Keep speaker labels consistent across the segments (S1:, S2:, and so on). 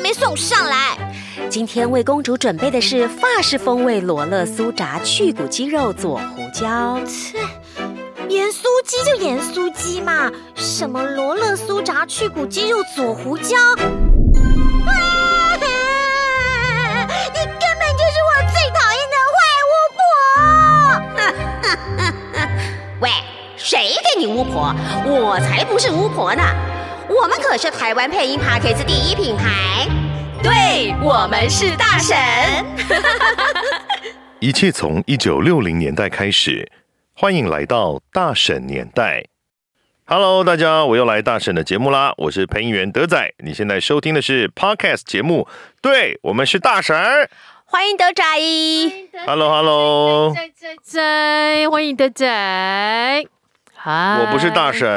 S1: 没送上来？
S2: 今天为公主准备的是法式风味罗勒酥炸去骨鸡肉佐胡椒。
S1: 切，盐酥鸡就盐酥鸡嘛，什么罗勒酥炸去骨鸡肉佐胡椒？啊！你根本就是我最讨厌的坏巫婆！
S2: 喂，谁给你巫婆？我才不是巫婆呢！我们可是台湾配音 p a c k a g e 第一品牌，对我们是大神。
S3: 一切从一九六零年代开始，欢迎来到大婶年代。Hello，大家，我又来大婶的节目啦，我是配音员德仔。你现在收听的是 Podcast 节目，对我们是大婶。
S2: 欢迎德仔，
S3: Hello，Hello，
S4: 仔仔仔，欢迎德仔。嗨
S3: 我不是大。婶，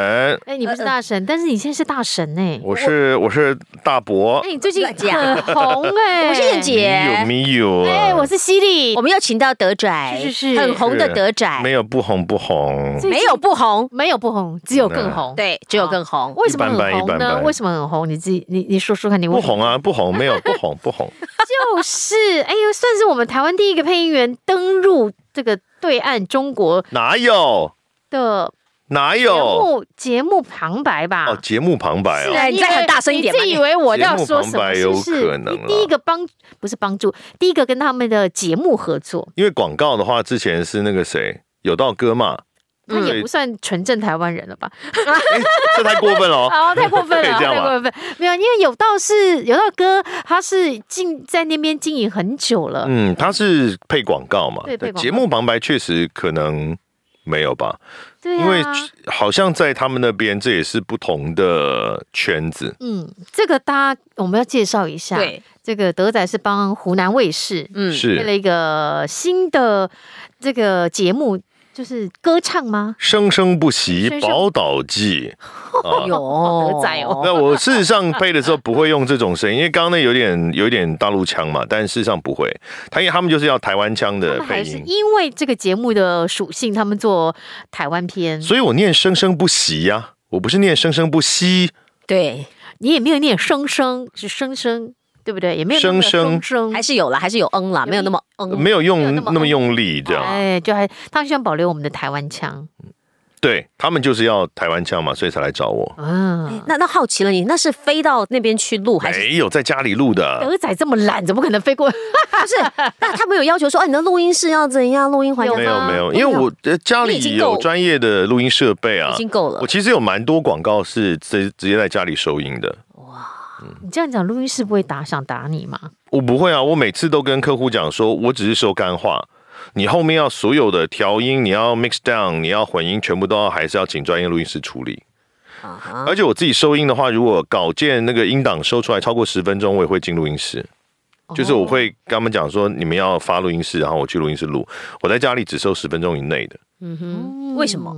S4: 哎，你不是大
S2: 呃
S4: 神，但是你现在是大神哎。
S3: 我是我是大伯
S4: 哎，你最近
S2: 乱讲
S4: 很红哎。
S2: 我是燕。姐，
S3: 没有没
S4: 哎，
S3: 有，
S4: 我是犀利
S2: 我。们又请到德仔，
S4: 是是是
S2: 很红的德仔，
S3: 没有不红不红，
S4: 最
S2: 没
S4: 近
S2: 有不红，
S4: 没有不红，只有更红。，
S2: 对，只有更红。
S4: 为什么很
S3: 一
S4: 红
S3: 般般一般
S4: 呢？
S3: 般
S4: 为什么很红？你自己你你说说看，你为
S3: 不
S4: 什么
S3: 红啊，不红，没有不红不红。
S4: 就是哎呦，算是我们台湾第一个配音员登入这个对岸中国
S3: 哪有
S4: 的
S3: 哪
S4: 节
S3: 有
S4: 目节目旁白吧。
S3: 哦，节目旁白
S4: 是
S3: 哦，
S4: 啊，
S2: 哎你再
S4: 以为
S2: 很大声一点吧
S4: 你自以为我要说
S3: 节目
S4: 什
S3: 旁白
S4: 么？
S3: 有
S4: 是不
S3: 可
S4: 是？
S3: 能啊啦
S4: 你第一个帮不是帮助，第一个跟他们的节目合作，
S3: 因为广告的话，之前是那个谁有道哥 嘛，
S4: 哦他
S3: 嗯
S4: 也不算纯正台湾人了吧？
S3: 哎，这太过分了哦。
S4: 哦，太过分
S3: 可以
S4: 了，
S3: 这样
S4: 太
S3: 吧
S4: 过分。没有，因为有道是有道哥，他是经在那边经营很久了。
S3: 嗯，他是配广告嘛
S4: 对配，广告
S3: 节目旁白确实可能没有吧，
S4: 对
S3: 因为
S4: 啊，
S3: 好像在他们那边这也是不同的圈子。
S4: 嗯，这个大家我们要介绍一下。，
S2: 对，
S4: 这个德仔是帮湖南卫视
S2: 嗯，，
S4: 配了
S3: 是
S4: 一个新的这个节目，就是歌唱吗？
S3: 生生不息
S4: 生生
S3: 宝岛记啊
S2: 有
S4: 德仔哦
S3: 那我事实上配的时候不会用这种声音，因为刚刚那有点有点大陆腔嘛，但事实上不会，他因为他们就是要台湾腔
S4: 他
S3: 的
S4: 们
S3: 配
S4: 还是
S3: 音，
S4: 因为这个节目的属性，他们做台湾片，
S3: 所以我念生生不息呀、我不是念生生不息，
S2: 对，
S4: 你也没有念生生，是生生，对不对？也没有那么
S3: 生生
S4: 生
S2: 还是有了，还是有嗯啦，
S4: 有
S2: 没有那么嗯，
S3: 没有
S4: 没有
S3: 用
S4: 那么
S3: 那么用力这样，
S4: 哎，就还他希望保留我们的台湾腔，
S3: 对他们就是要台湾腔嘛，所以才来找我。
S4: 嗯。
S2: 那那好奇了你，那是飞到那边去录还是？
S3: 哎没有在家里录的，
S4: 德仔这么懒，怎么可能飞过？
S2: 不是，那他们有要求说，啊，你的录音室要怎样，录音环境
S3: 没
S4: 有
S3: 有
S4: 吗
S3: 没有，因为我呃家
S2: 你已经
S3: 里
S2: 够
S3: 有专业的录音设备啊
S2: 已，经够了
S3: 我。其实有蛮多广告是直直接在家里收音的。
S4: 你这样讲，录音室不会打想打你吗？
S3: 我不会啊，我每次都跟客户讲说，我只是收干话，你后面要所有的调音，你要 mix down，你要混音，全部都要还是要请专业录音师处理。
S2: 啊
S3: 而且我自己收音的话，如果稿件那个音档收出来超过十分钟，我也会进录音室。就是我会跟他们讲说，你们要发录音室，然后我去录音室录。我在家里只收十分钟以内的
S2: 嗯哼，
S4: 嗯
S2: 为什么？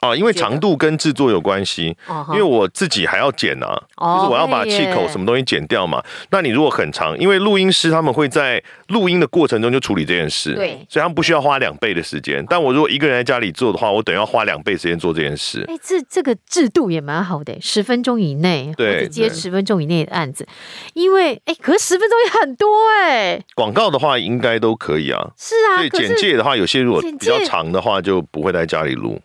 S3: 啊，因为
S2: 觉得
S3: 长度跟制作有关系。
S2: 哦哈
S3: 因为我自己还要剪啊，
S2: 哦
S3: 就是我要把
S4: 对耶
S3: 气口什么东西剪掉嘛。那你如果很长，因为录音师他们会在录音的过程中就处理这件事，
S2: 对，
S3: 所以他们不需要花两倍的时间。但我如果一个人在家里做的话，我等于要花两倍时间做这件事。
S4: 哎，这这个制度也蛮好的，十分钟以内，
S3: 对
S4: 我只接
S3: 对
S4: 十分钟以内的案子，因为哎，可是十分钟也很多哎，
S3: 广告的话应该都可以啊，
S4: 是啊
S3: 所以，
S4: 可
S3: 简
S4: 是
S3: 介的话，有些如果
S4: 简
S3: 比
S4: 介
S3: 较长的话，就不会在家里录。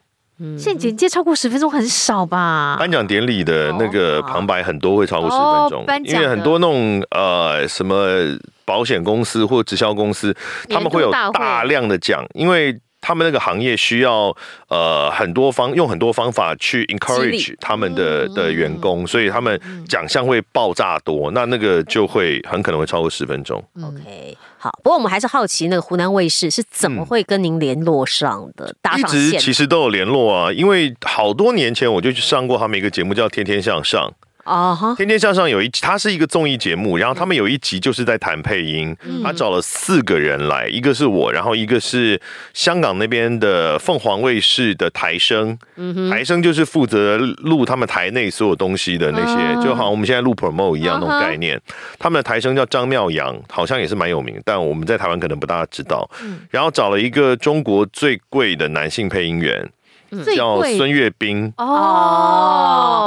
S4: 现在简介超过十分钟很少吧？
S3: 颁奖典礼的那个旁白很多会超过十分
S4: 哦
S3: 钟
S4: 颁，
S3: 因
S4: 奖的
S3: 为很多那种呃什么保险公司或直销公司，他们会有
S4: 年度大会
S3: 大量的奖，因为。他们那个行业需要呃很多方用很多方法去
S2: 激
S3: encourage 他们的
S4: 嗯
S3: 的员工，所以他们奖项会爆炸多，那那个就会很可能会超过十分钟。
S2: OK，好。不过我们还是好奇，那个湖南卫视是怎么会跟您联络上的，搭
S3: 一
S2: 上
S3: 直
S2: 线
S3: 其实都有联络啊，因为好多年前我就去上过他们一个节目叫《天天向上》，
S2: 啊哈
S3: 《天天向上》有一集，它是一个综艺节目，然后他们有一集就是在谈配音，
S4: 嗯
S3: 他找了四个人来，一个是我，然后一个是香港那边的凤凰卫视的台生，
S4: 嗯
S3: 台生就是负责录他们台内所有东西的那些，
S4: 啊
S3: 就好像我们现在录 promo 一样那种
S4: 啊哈
S3: 概念。他们的台生叫张妙阳，好像也是蛮有名，但我们
S4: 嗯
S3: 在台湾可能不大知道。然后找了一个中国最贵的男性配音员。
S4: 最
S3: 叫
S4: 贵
S3: 孙阅兵。
S4: 哦
S2: 哦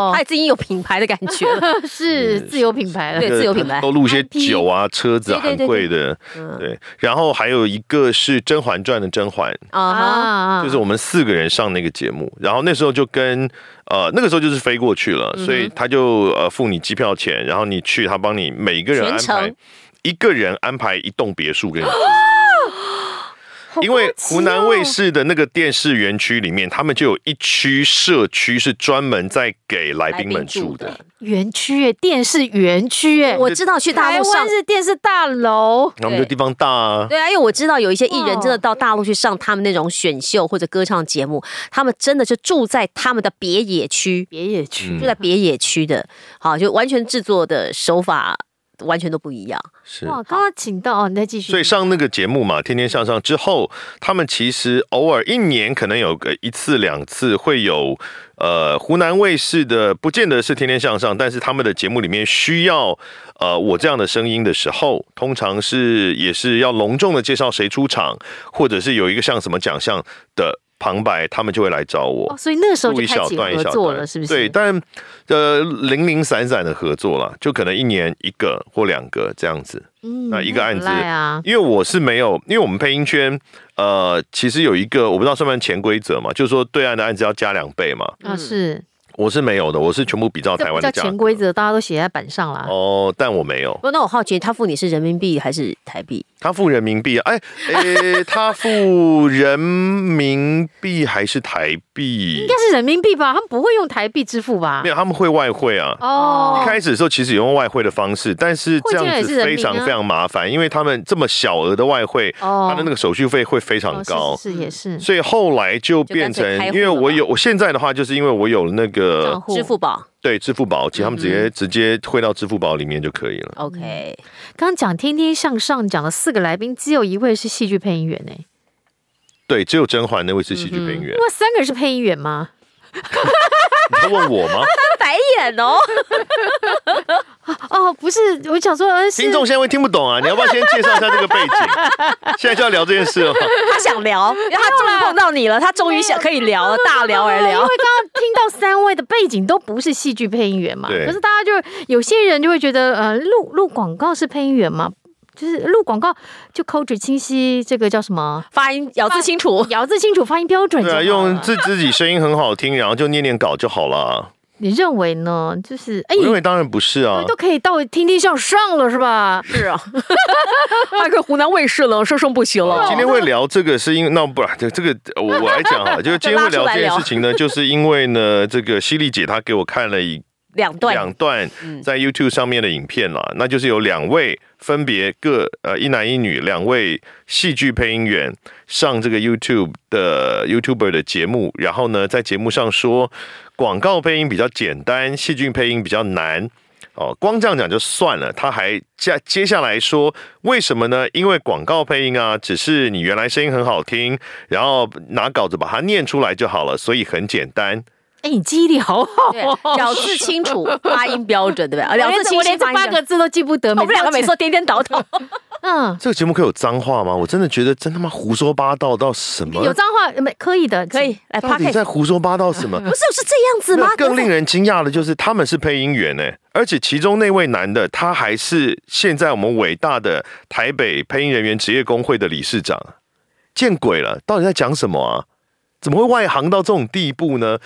S3: 哦
S2: 他，已经有品牌的感觉了。
S4: 是自有品牌
S3: 那
S4: 了，
S2: 对
S3: 个
S2: 自有品牌
S3: 都录一些酒啊、 车子啊，
S2: 对嗯对
S3: 很
S2: 对
S3: 贵的。对，然后还有一个是《甄嬛传》的甄嬛，
S2: 啊哈，
S4: 啊
S3: 就是我们四个人上那个节目，然后那时候就跟呃那个时候就是飞过去了，
S2: 嗯
S3: 所以他就呃付你机票钱，然后你去，他帮你每个人安
S2: 全
S3: 排
S2: 程
S3: 一个人安排一栋别墅 给你住。因为
S2: 哦
S3: 湖南
S4: 哦
S3: 卫视的那个电视园区里面，他们就有一区社区是专门在给来宾们住的。
S4: 园区耶，电视园区耶，
S2: 我知道去大
S4: 台
S2: 陆上
S4: 湾是电视大楼，
S3: 然后我们的地方大啊，
S2: 对啊，因为我知道有一些艺人
S4: 哦
S2: 真的到大陆去上他们那种选秀或者歌唱节目，他们真的就住在他们的别野区，
S4: 别野区
S3: 嗯
S2: 住在别野区的，好，就完全制作的手法完全都不一样。
S3: 是。
S4: 哇，刚刚请到哦，你再继续，
S3: 所以上那个节目嘛，《天天向上》之后，他们其实偶尔一年可能有个一次两次会有，呃，湖南卫视的不见得是《天天向上》，但是他们的节目里面需要呃我这样的声音的时候，通常是也是要隆重的介绍谁出场，或者是有一个像什么奖项的旁白，他们就会来找我。
S4: 哦，所以那个时候
S3: 录
S4: 就
S3: 一
S4: 开
S3: 小
S4: 启
S3: 段一
S4: 合
S3: 小
S4: 作
S3: 段
S4: 了，是不是？
S3: 对，但呃零零散散的合作啦，就可能一年一个或两个这样子。
S4: 嗯
S3: 那一个案子
S4: 很赖啊，
S3: 因为我是没有，因为我们配音圈，呃，其实有一个我不知道算不算潜规则嘛，就是说对岸的案子要加两倍嘛，
S4: 啊是，
S3: 我是没有的，我是全部比照
S4: 这
S3: 嗯台
S4: 不
S3: 湾
S4: 叫
S3: 的价格
S4: 潜规则，啊大家都写在板上啦。
S3: 哦，但我没有，
S2: 不，那我好奇他付你是人民币还是台币？
S3: 他付人民币啊，哎， 诶、他付人民币还是台币
S4: 应该？是人民币吧？他们不会用台币支付吧
S3: 没？有，他们会外汇啊。
S4: 哦
S3: 一，开始的时候其实有用外汇的方式，但是这
S4: 汇进来
S3: 样
S4: 也是
S3: 子
S4: 人民
S3: 非常
S4: 啊
S3: 非常麻烦，因为他们这么小额的外汇，
S4: 哦
S3: 他的那个手续费会非常
S4: 哦是
S3: 高。
S4: 是是也是
S3: 所以后来就变成
S2: 就干脆开，户
S3: 因为我
S2: 了
S3: 有我现在的话，就是因为我有那
S4: 账
S3: 个
S4: 户
S2: 支付宝
S3: 对支付宝，其实他们直接、直接汇到支付宝里面就可以了。
S4: 嗯
S2: ，OK，
S4: 刚刚讲天天向上讲了四个来宾，只有一位是戏剧配音员哎，
S3: 对，只有甄嬛那位是戏剧配音员
S4: 那，么三个人是配音员吗？
S3: 你在问我吗？
S2: 白眼哦，
S4: 哦，不是，我想说呃是
S3: 听众现在会听不懂啊，你要不要先介绍一下这个背景？现在就要聊这件事了 吗。啊
S2: 他想聊，他终于碰到你了，他终于想可以聊了，大聊而
S4: 哦因
S2: 聊
S4: 为。刚刚听到三位的背景都不是戏剧配音员嘛，
S3: 对
S4: 可是大家就有些人就会觉得，呃，录录广告是配音员嘛，就是录广告就口齿清晰，这个叫什 么？
S2: 发音咬字清楚，
S4: 咬字清楚，发音标准就
S3: 对
S4: 好
S3: 啊，
S4: 了
S3: 用自自己声音很好听，然后就念念稿就好了。
S4: 你认为呢？就是哎，
S3: 我认
S4: 你
S3: 为当然不是啊，
S4: 都可以到天天向上了是吧？
S2: 是 啊，还跟湖南卫视了，生生不息
S3: 哦
S2: 了。
S3: 今天会聊这个，是因为那不然这这个呃我我来讲哈，就是今天会聊这件事情呢，就是因为呢，这个犀利姐她给我看了一
S2: 两段嗯
S3: 两段在 YouTube 上面的影片啦，那就是有两位分别各呃一男一女两位戏剧配音员上这个 YouTube 的 YouTuber 的节目，然后呢在节目上说广告配音比较简单，戏剧配音比较难。哦，光这样讲就算了，他还接接下来说为什么呢？因为广告配音啊，只是你原来声音很好听，然后拿稿子把它念出来就好了，所以很简单。
S4: 哎，你记忆力好 好
S2: 对
S4: 哦，，
S2: 咬字清楚，发音标准，对不对？咬字清
S4: 我
S2: 晰，
S4: 连这
S2: 发音
S4: 八
S2: 标
S4: 个
S2: 准。
S4: 字都记不得，
S2: 我们两个每次都颠颠倒倒，
S4: 嗯。
S3: 这个节目可以有脏话吗？我真的觉得真他妈胡说八道到什么？
S4: 有脏话没？可以的，
S2: 可以来 p
S3: 到
S2: o c
S3: 底
S2: k e
S3: 在胡说八道什么？
S2: 不是是这样子
S3: 没
S2: 吗
S3: 有？更令人惊讶的就是他们是配音员呢，而且其中那位男的，他还是现在我们伟大的台北配音人员职业工会的理事长，见鬼了！到底在讲什么啊？怎么会外行到这种地步呢？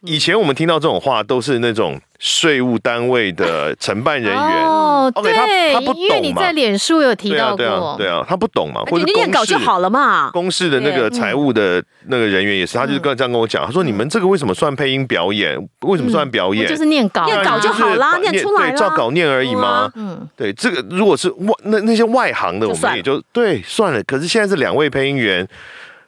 S3: 以前我们听到这种话都是那种税务单位的承办人员，
S4: 哦，
S3: OK，他
S4: 对，
S3: 他不
S4: 因为
S3: 懂
S4: 你
S3: 嘛
S4: 在脸书有提
S3: 对啊
S4: 到过，
S3: 对啊对啊，他不懂嘛，或者
S2: 哎你念
S3: 公
S2: 稿
S3: 事
S2: 就好了嘛。
S3: 公示的那
S2: 嗯
S3: 个财务的那个人员也是，他就跟这样跟我讲，他说你们这个为什么算配音表演？为什么算表演？
S4: 我就是念稿，
S2: 念嗯稿就好啦
S3: 对啊你
S2: 念
S3: 就是
S2: 出来啦啊
S3: 对，照稿念而已嘛。
S4: 嗯，
S3: 对，这个如果是外那那些外行的，
S2: 就
S3: 我
S2: 算
S3: 们
S2: 了
S3: 也就对算了。可是现在是两位配音员，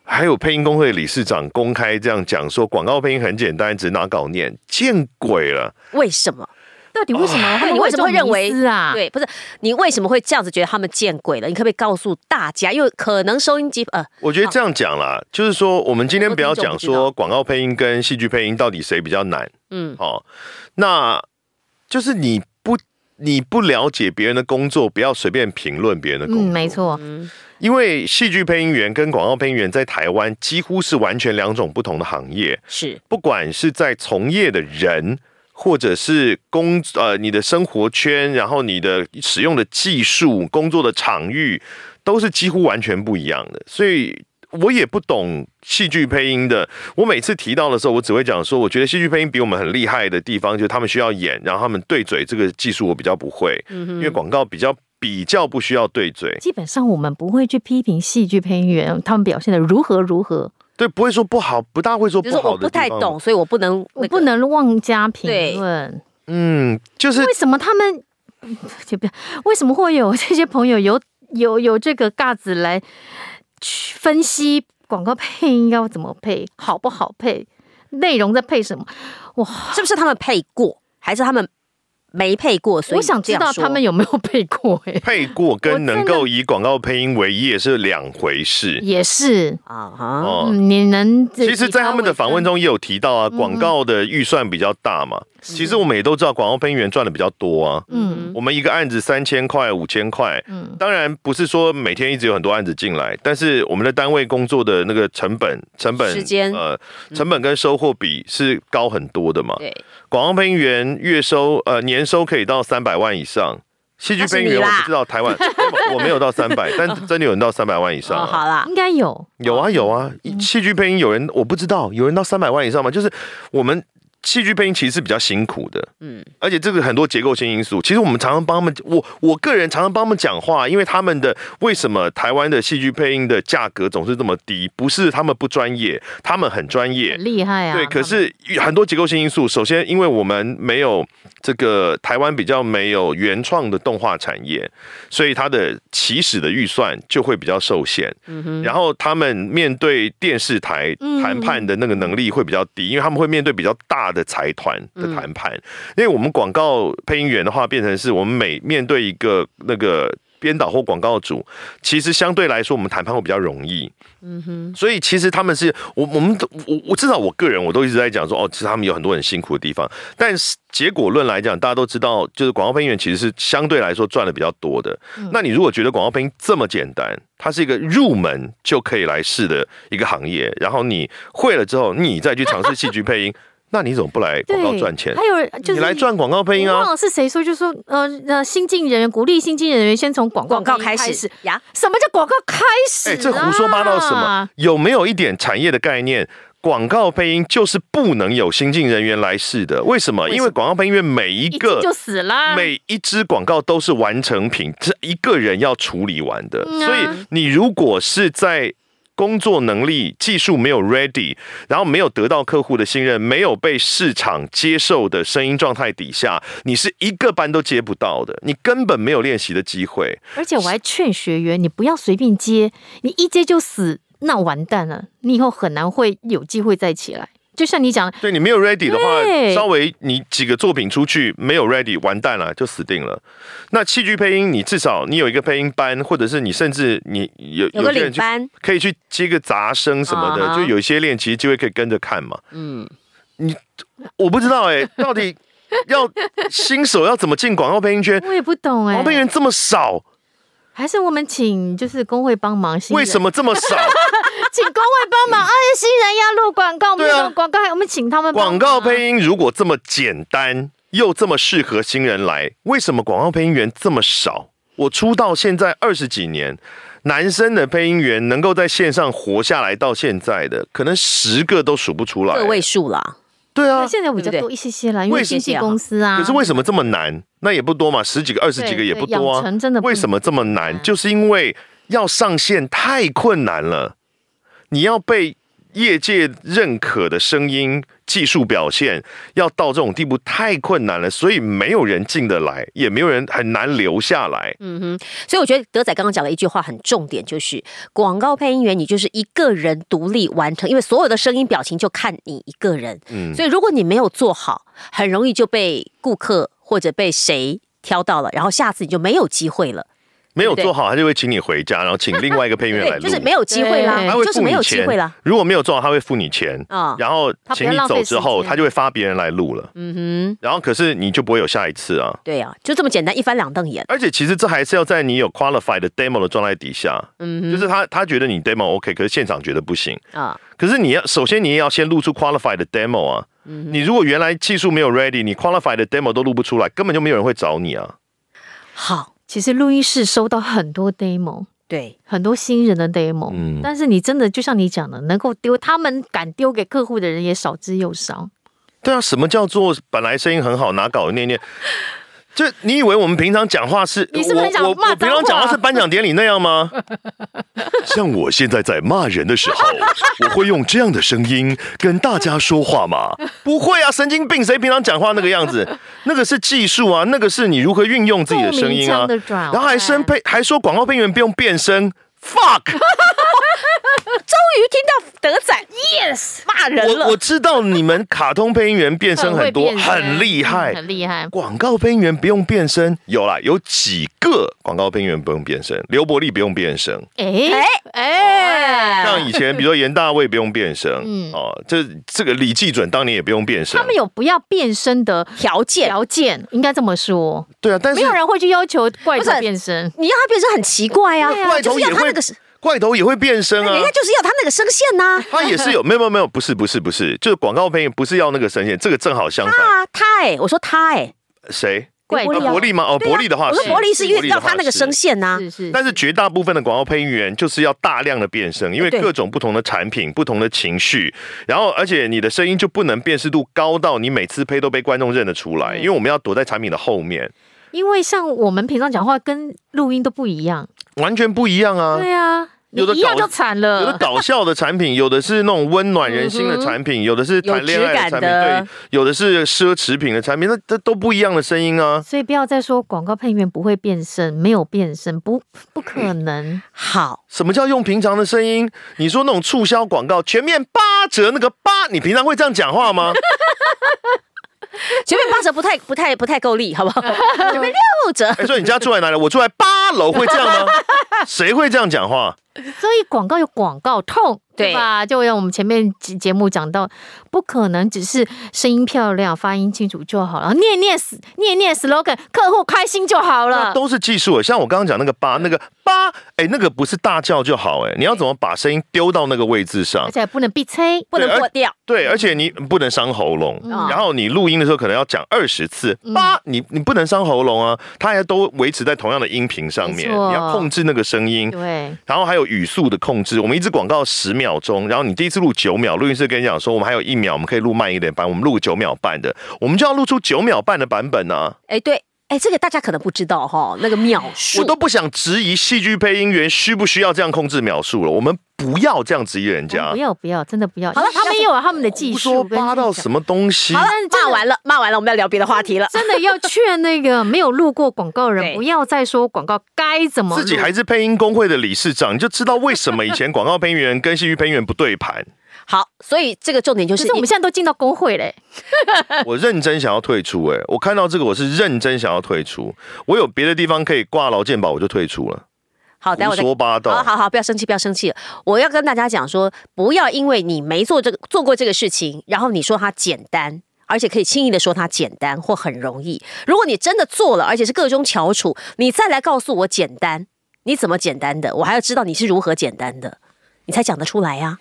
S3: 还有配音工会理事长公开这样讲说，广告配音很简单，只拿稿念，见鬼了！
S2: 为什么？
S4: 到底为什么他
S2: 对
S4: 们
S2: 你为什么会认为
S4: 有这种迷思啊？，
S2: 对，不是你为什么会这样子觉得他们见鬼了？你可不可以告诉大家？因为可能收音机呃，
S3: 我觉得这样讲啦，就是说我们今天不要讲说广告配音跟哦戏剧配音到底谁比较难，
S2: 嗯，
S3: 哦，那就是你不你不了解别人的工作，不要随便评论别人的工作。
S4: 嗯，没错，
S3: 因为戏剧配音员跟广告配音员在台湾几乎是完全两种不同的行业，
S2: 是
S3: 不管是在从业的人，或者是工呃你的生活圈，然后你的使用的技术、工作的场域，都是几乎完全不一样的，所以。我也不懂戏剧配音的，我每次提到的时候，我只会讲说，我觉得戏剧配音比我们很厉害的地方，就是他们需要演，然后他们对嘴这个技术我比较不会，
S2: 嗯
S3: 因为广告比较比较不需要对嘴，
S4: 基本上我们不会去批评戏剧配音员他们表现的如何如何，
S3: 对，不会说不好，不大会说
S2: 就
S3: 不
S2: 是
S3: 好
S2: 我
S3: 的
S2: 不
S3: 地
S2: 太
S3: 方
S2: 懂，。所以我不能，
S4: 我不，能妄加
S2: 对
S4: 评论。
S3: 嗯，就是
S4: 为什么他们就不要？为什么会有这些朋友有有有这个尬子来去分析广告配音要怎么配，好不好配，内容在配什么？
S2: 是不是他们配过，还是他们没配过？所以
S4: 我想知
S2: 这
S4: 道
S2: 样说
S4: 他们有没 有配过、 欸？
S3: 配过
S4: 我
S3: 跟
S4: 真的
S3: 能够以广告配音为业是两回事
S4: 也是，
S2: 啊哈。
S3: 哦。
S4: 嗯，你能
S3: 其实，在他们的访问，中也有提到啊，
S4: 嗯
S3: 广告的预算比较大嘛。其实我们也都知道，广告配音员赚的比较多啊。
S4: 嗯
S3: 我们一个案子三千块、五千块，
S4: 嗯，
S3: 当然不是说每天一直有很多案子进来，但是我们的单位工作的那个成本、成本
S2: 时间
S3: 呃，
S4: 嗯
S3: 成本跟收获比是高很多的嘛。
S2: 对，
S3: 广告配音员月收呃年收可以到三百万以上，戏剧配音员
S2: 那是你
S3: 我
S2: 啦
S3: 不知道 台湾我没有到三百，但真的有人到三百万以上
S2: 哦，
S3: 啊、
S2: 好嗯啦，
S4: 应该有，
S3: 有啊有啊，戏剧配音有人我不知道有人到三百万以上吗？就是我们戏剧配音其实是比较辛苦的，
S2: 嗯，
S3: 而且这个很多结构性因素，其实我们常常帮他们，我我个人常常帮他们讲话，因为他们的为什么台湾的戏剧配音的价格总是这么低，不是他们不专业，他们很专业
S4: 很。厉害啊。
S3: 对，可
S4: 他们
S3: 是很多结构性因素。首先，因为我们没有这个台湾比较没有原创的动画产业，所以它的起始的预算就会比较受限。然后他们面对电视台
S4: 嗯
S3: 谈判的那个能力会比较低，因为他们会面对比较大的财团的谈判。因为我们广告配音员的话，变成是我们每面对一个那个编导或广告主，其实相对来说我们谈判会比较容易。嗯哼，所以其实他们是我我们都我我至少我个人我都一直在讲说哦，其实他们有很多很辛苦的地方，但是结果论来讲，大家都知道，就是广告配音员其实是相对来说赚的比较多的。那你如果觉得广告配音这么简单，它是一个入门就可以来试的一个行业，然后你会了之后，你再去尝试戏剧配音，那你怎么不来广告
S4: 对
S3: 赚钱？
S4: 还有人就是
S3: 你来赚广告配音
S4: 我
S3: 啊
S4: 忘！了是谁说，就说呃呃，新进人员鼓励新进人员先从广告
S2: 广告
S4: 配音
S2: 开
S4: 开
S2: 始呀，
S4: 什么叫广告开始、啊？
S3: 哎，这胡说八道什么？？有没有一点产业的概念？广告配音就是不能有新进人员来试的，为什么？
S2: 为什么
S3: 因为广告配音员每一
S4: 一
S3: 个
S4: 个就啊死啦。
S3: 每一支广告都是完成品，这一个人要处理完的。
S4: 嗯啊
S3: 所以你如果是在工作能力、技术没有 ready，然后没有得到客户的信任，没有被市场接受的声音状态底下，你是一个班都接不到的，你根本没有练习的机会。
S4: 而且我还劝学员，你不要随便接，你一接就死，那完蛋了，你以后很难会有机会再起来。就像你 讲，
S3: 对你没有 ready 的话，
S4: 对
S3: 稍微你几个作品出去没有 ready，完蛋了，就死定了。那戏剧配音，你至少你有一个配音班，或者是你甚至你有
S2: 有个
S3: 些
S2: 领
S3: 人去
S2: 班，
S3: 可以去接个杂声什么的
S2: 啊哈
S3: 就有一些练习机会可以跟着看嘛。
S2: 嗯，
S3: 我不知道哎、 到底要新手要怎么进广告配音圈？
S4: 我也不懂哎、
S3: 广告配音员这么少，
S4: 还是我们请就是工会帮忙。新人啊
S3: 为什么这么少？
S4: 请工会 帮忙？哎，新人要录广告，我们
S3: 对啊
S4: 录广告，我们请他们帮
S3: 广
S4: 忙
S3: 告配音如果这么简单，又这么适合新人来，为什么广告配音员这么少？我出道现在二十几年，男生的配音员能够在线上活下来到现在的，可能十个都数不出来。
S2: 个位数啦，
S3: 对啊
S4: 那，现在比较
S2: 对不
S4: 多一些些啦，因
S3: 为
S4: 为经纪公司啊。
S3: 可是为什么这么难？那也不多嘛，十几个、二十几个
S4: 对
S3: 也不多
S4: 养
S3: 啊。
S4: 成真的不嗯
S3: 为什么这么难？
S4: 难
S3: 就是因为要上线太困难了，你要被业界认可的声音技术表现要到这种地步太困难了，所以没有人进得来，也没有人很难留下来。
S4: 嗯
S2: 嗯所以我觉得德仔刚刚讲的一句话很重点，就是广告配音员，你就是一个人独立完成，因为所有的声音表情就看你一个人。
S3: 嗯
S2: 所以如果你没有做好，很容易就被顾客或者被谁挑到了，然后下次你就没有机会了。
S3: 没有
S2: 对
S3: 做好，他就会请你回家，然后请另外一个配音员来
S2: 对，就
S3: 录，
S2: 是没有机会啦
S4: 对
S3: 他，会
S2: 哎就是
S3: 付
S2: 没
S3: 你
S2: 有机
S3: 钱
S2: 会啦。。
S3: 如果没有做好，他会付你钱，
S2: 啊
S3: 然后
S4: 他不要
S3: 请你
S4: 浪费
S3: 走之
S4: 时
S3: 后，
S4: 间
S3: 他就会发别人来录了。
S2: 嗯哼，
S3: 然后可是你就不会有下一次啊。
S2: 对啊，就这么简单，一翻两瞪眼。
S3: 而且其实这还是要在你有 qualified 的 demo 的状态底下，
S2: 嗯
S3: 就是他他觉得你 demo OK，可是现场觉得不行。
S2: 哼啊，
S3: 可是你要首先你也要先录出 qualified 的 demo 啊。
S2: 嗯
S3: 你如果原来技术没有 ready，你 qualified 的 demo 都录不出来，根本就没有人会找你啊。
S2: 好，
S4: 其实录音室收到很多 demo，
S2: 对，
S4: 很多新人的 demo，、
S3: 嗯
S4: 但是你真的就像你讲的，能够丢他们敢丢给客户的人也少之又少。
S3: 对啊，什么叫做本来声音很好，拿稿念念？就你以为我们平常讲话是，
S4: 你是不是很想
S3: 我我
S4: 骂
S3: 我平常
S4: 脏
S3: 讲
S4: 话
S3: 话是颁奖典礼那样吗？像我现在在骂人的时候，我会用这样的声音跟大家说话吗？不会啊，神经病！谁平常讲话那个样子？那个是技术啊，那个是你如何运用自己的声音啊
S4: 共鸣腔的转换。
S3: 然后还声配，还说广告配音员不用变声。fuck！
S2: 终于听到德仔 yes 骂人
S3: 我我
S2: 了，
S3: 知道你们卡通配音员变声很多，
S4: 会变声
S3: 很厉害
S4: 嗯，很厉害。
S3: 广告配音员不用变声，有啦，有几个广告配音员不用变声，刘伯利不用变声，
S4: 哎
S2: 哎
S4: 哎，
S3: 像以前比如说严大卫不用变声，
S4: 嗯
S3: 哦，这这个李济准当年也不用变声，
S4: 他们有不要变身的
S2: 条件
S4: 条件，应该这么说，
S3: 对啊，但是
S4: 没有人会去要求怪
S2: 不是
S4: 头变身。
S2: 你让他变成很奇怪啊，
S3: 怪
S2: 就
S3: 头
S2: 是
S3: 也
S2: 要他
S3: 会
S2: 那个声，
S3: 怪头也会变声啊
S2: 人。家就是要他那个声线呐。
S3: 他也 是有，没有没有没有，不是不是不是，就是广告配音不是要那个声线，这个正好相反。
S2: 啊，他哎，我说他哎，
S3: 谁？
S4: 怪
S2: 伯利啊
S3: 伯利吗？哦，伯利的话
S2: 我
S3: 是，
S2: 说伯利是因为
S3: 的
S2: 要
S3: 话
S2: 他那个
S3: 是
S2: 声线呐。
S4: 是是，
S3: 但是绝大部分的广告配音员就是要大量的变声，因为
S2: 对
S3: 各种不同的产品、不同的情绪，然后而且你的声音就不能辨识度高到你每次配都被观众认得出来，因为我们要躲在产品的后面，
S4: 因为像我们平常讲话跟录音都不一样，
S3: 完全不一样啊。
S2: 嗯
S4: 对啊，你
S3: 有的
S4: 一样
S3: 搞
S4: 就惨
S3: 有的
S4: 了。
S3: 搞笑的产品， 有的是那种温暖人心的产品，有的是谈恋爱的
S2: 嗯有质感
S3: 产
S2: 的
S3: 品，对，有的是奢侈品的产品，那这都不一样的声音啊。
S4: 所以不要再说广告配音员不会变身，没有变身，不不可能。
S2: 好，
S3: 什么叫用平常的声音？你说那种促销广告全面八折那个八，你平常会这样讲话吗？
S2: 前面八折不太不太不太够力，好 不好？前面六折
S3: 哎、所以你家住在哪里？我住在八楼，会这样吗？谁会这样讲话？
S4: 所以广告有广告痛，
S2: 对
S4: 对吧？就像我们前面节节目讲到，不可能只是声音漂亮、发音清楚就好了，念念 s- 念念 slogan，客户开心就好
S3: 那
S4: 了。
S3: 都是技术。欸像我刚刚讲那个八，那个八，哎、那个不是大叫就好、哎，你要怎么把声音丢到那个位置上
S4: 而？且还不能避吹，
S2: 不能破掉，
S3: 对，而且你不能伤喉咙，
S2: 嗯
S3: 然后你录音的时候可能要讲二十次
S4: 嗯
S3: 八，你你不能伤喉咙啊，它还都维持在同样的音频上面，
S4: 没错
S3: 你要控制那个声音，
S4: 对，
S3: 然后还有语速的控制，我们一支广告十秒钟，然后你第一次录九秒，录音师跟你讲说我们还有一秒，我们可以录慢一点版，我们录九秒半的，我们就要录出九秒半的版本啊！
S2: 哎，对，哎，这个大家可能不知道哈，那个秒数
S3: 我都不想质疑戏剧配音员需不需要这样控制秒数了，我们不要这样质疑人家
S4: 不。要不要，真的不要。
S2: 好了
S4: 他们也有他们的技
S3: 胡
S4: 术，
S3: 说
S4: 我跟你
S3: 八道
S4: 讲
S3: 什么东西
S2: 好？了，骂完了，骂完了，我们要聊别的话题了。
S4: 真的要劝那个没有录过广告的
S2: 对
S4: 人，不要再说广告该怎么录
S3: 自己还是配音工会的理事长，你就知道为什么以前广告配音员跟戏剧配音员不对 盘。
S2: 好，所以这个重点就
S4: 可
S2: 是
S4: 是我们现在都进到工会嘞，
S3: 我认真想要退出、哎，我看到这个我是认真想要退出，我有别的地方可以挂劳健保，我就退出了。
S2: 好，等下我
S3: 胡
S2: 再
S3: 说八道。
S2: 好好好，不要生气，不要生气。我要跟大家讲说，不要因为你没做这个做过这个事情，然后你说它简单，而且可以轻易的说它简单或很容易。如果你真的做了，而且是各中翘楚，你再来告诉我简单，你怎么简单的？我还要知道你是如何简单的，你才讲得出来呀、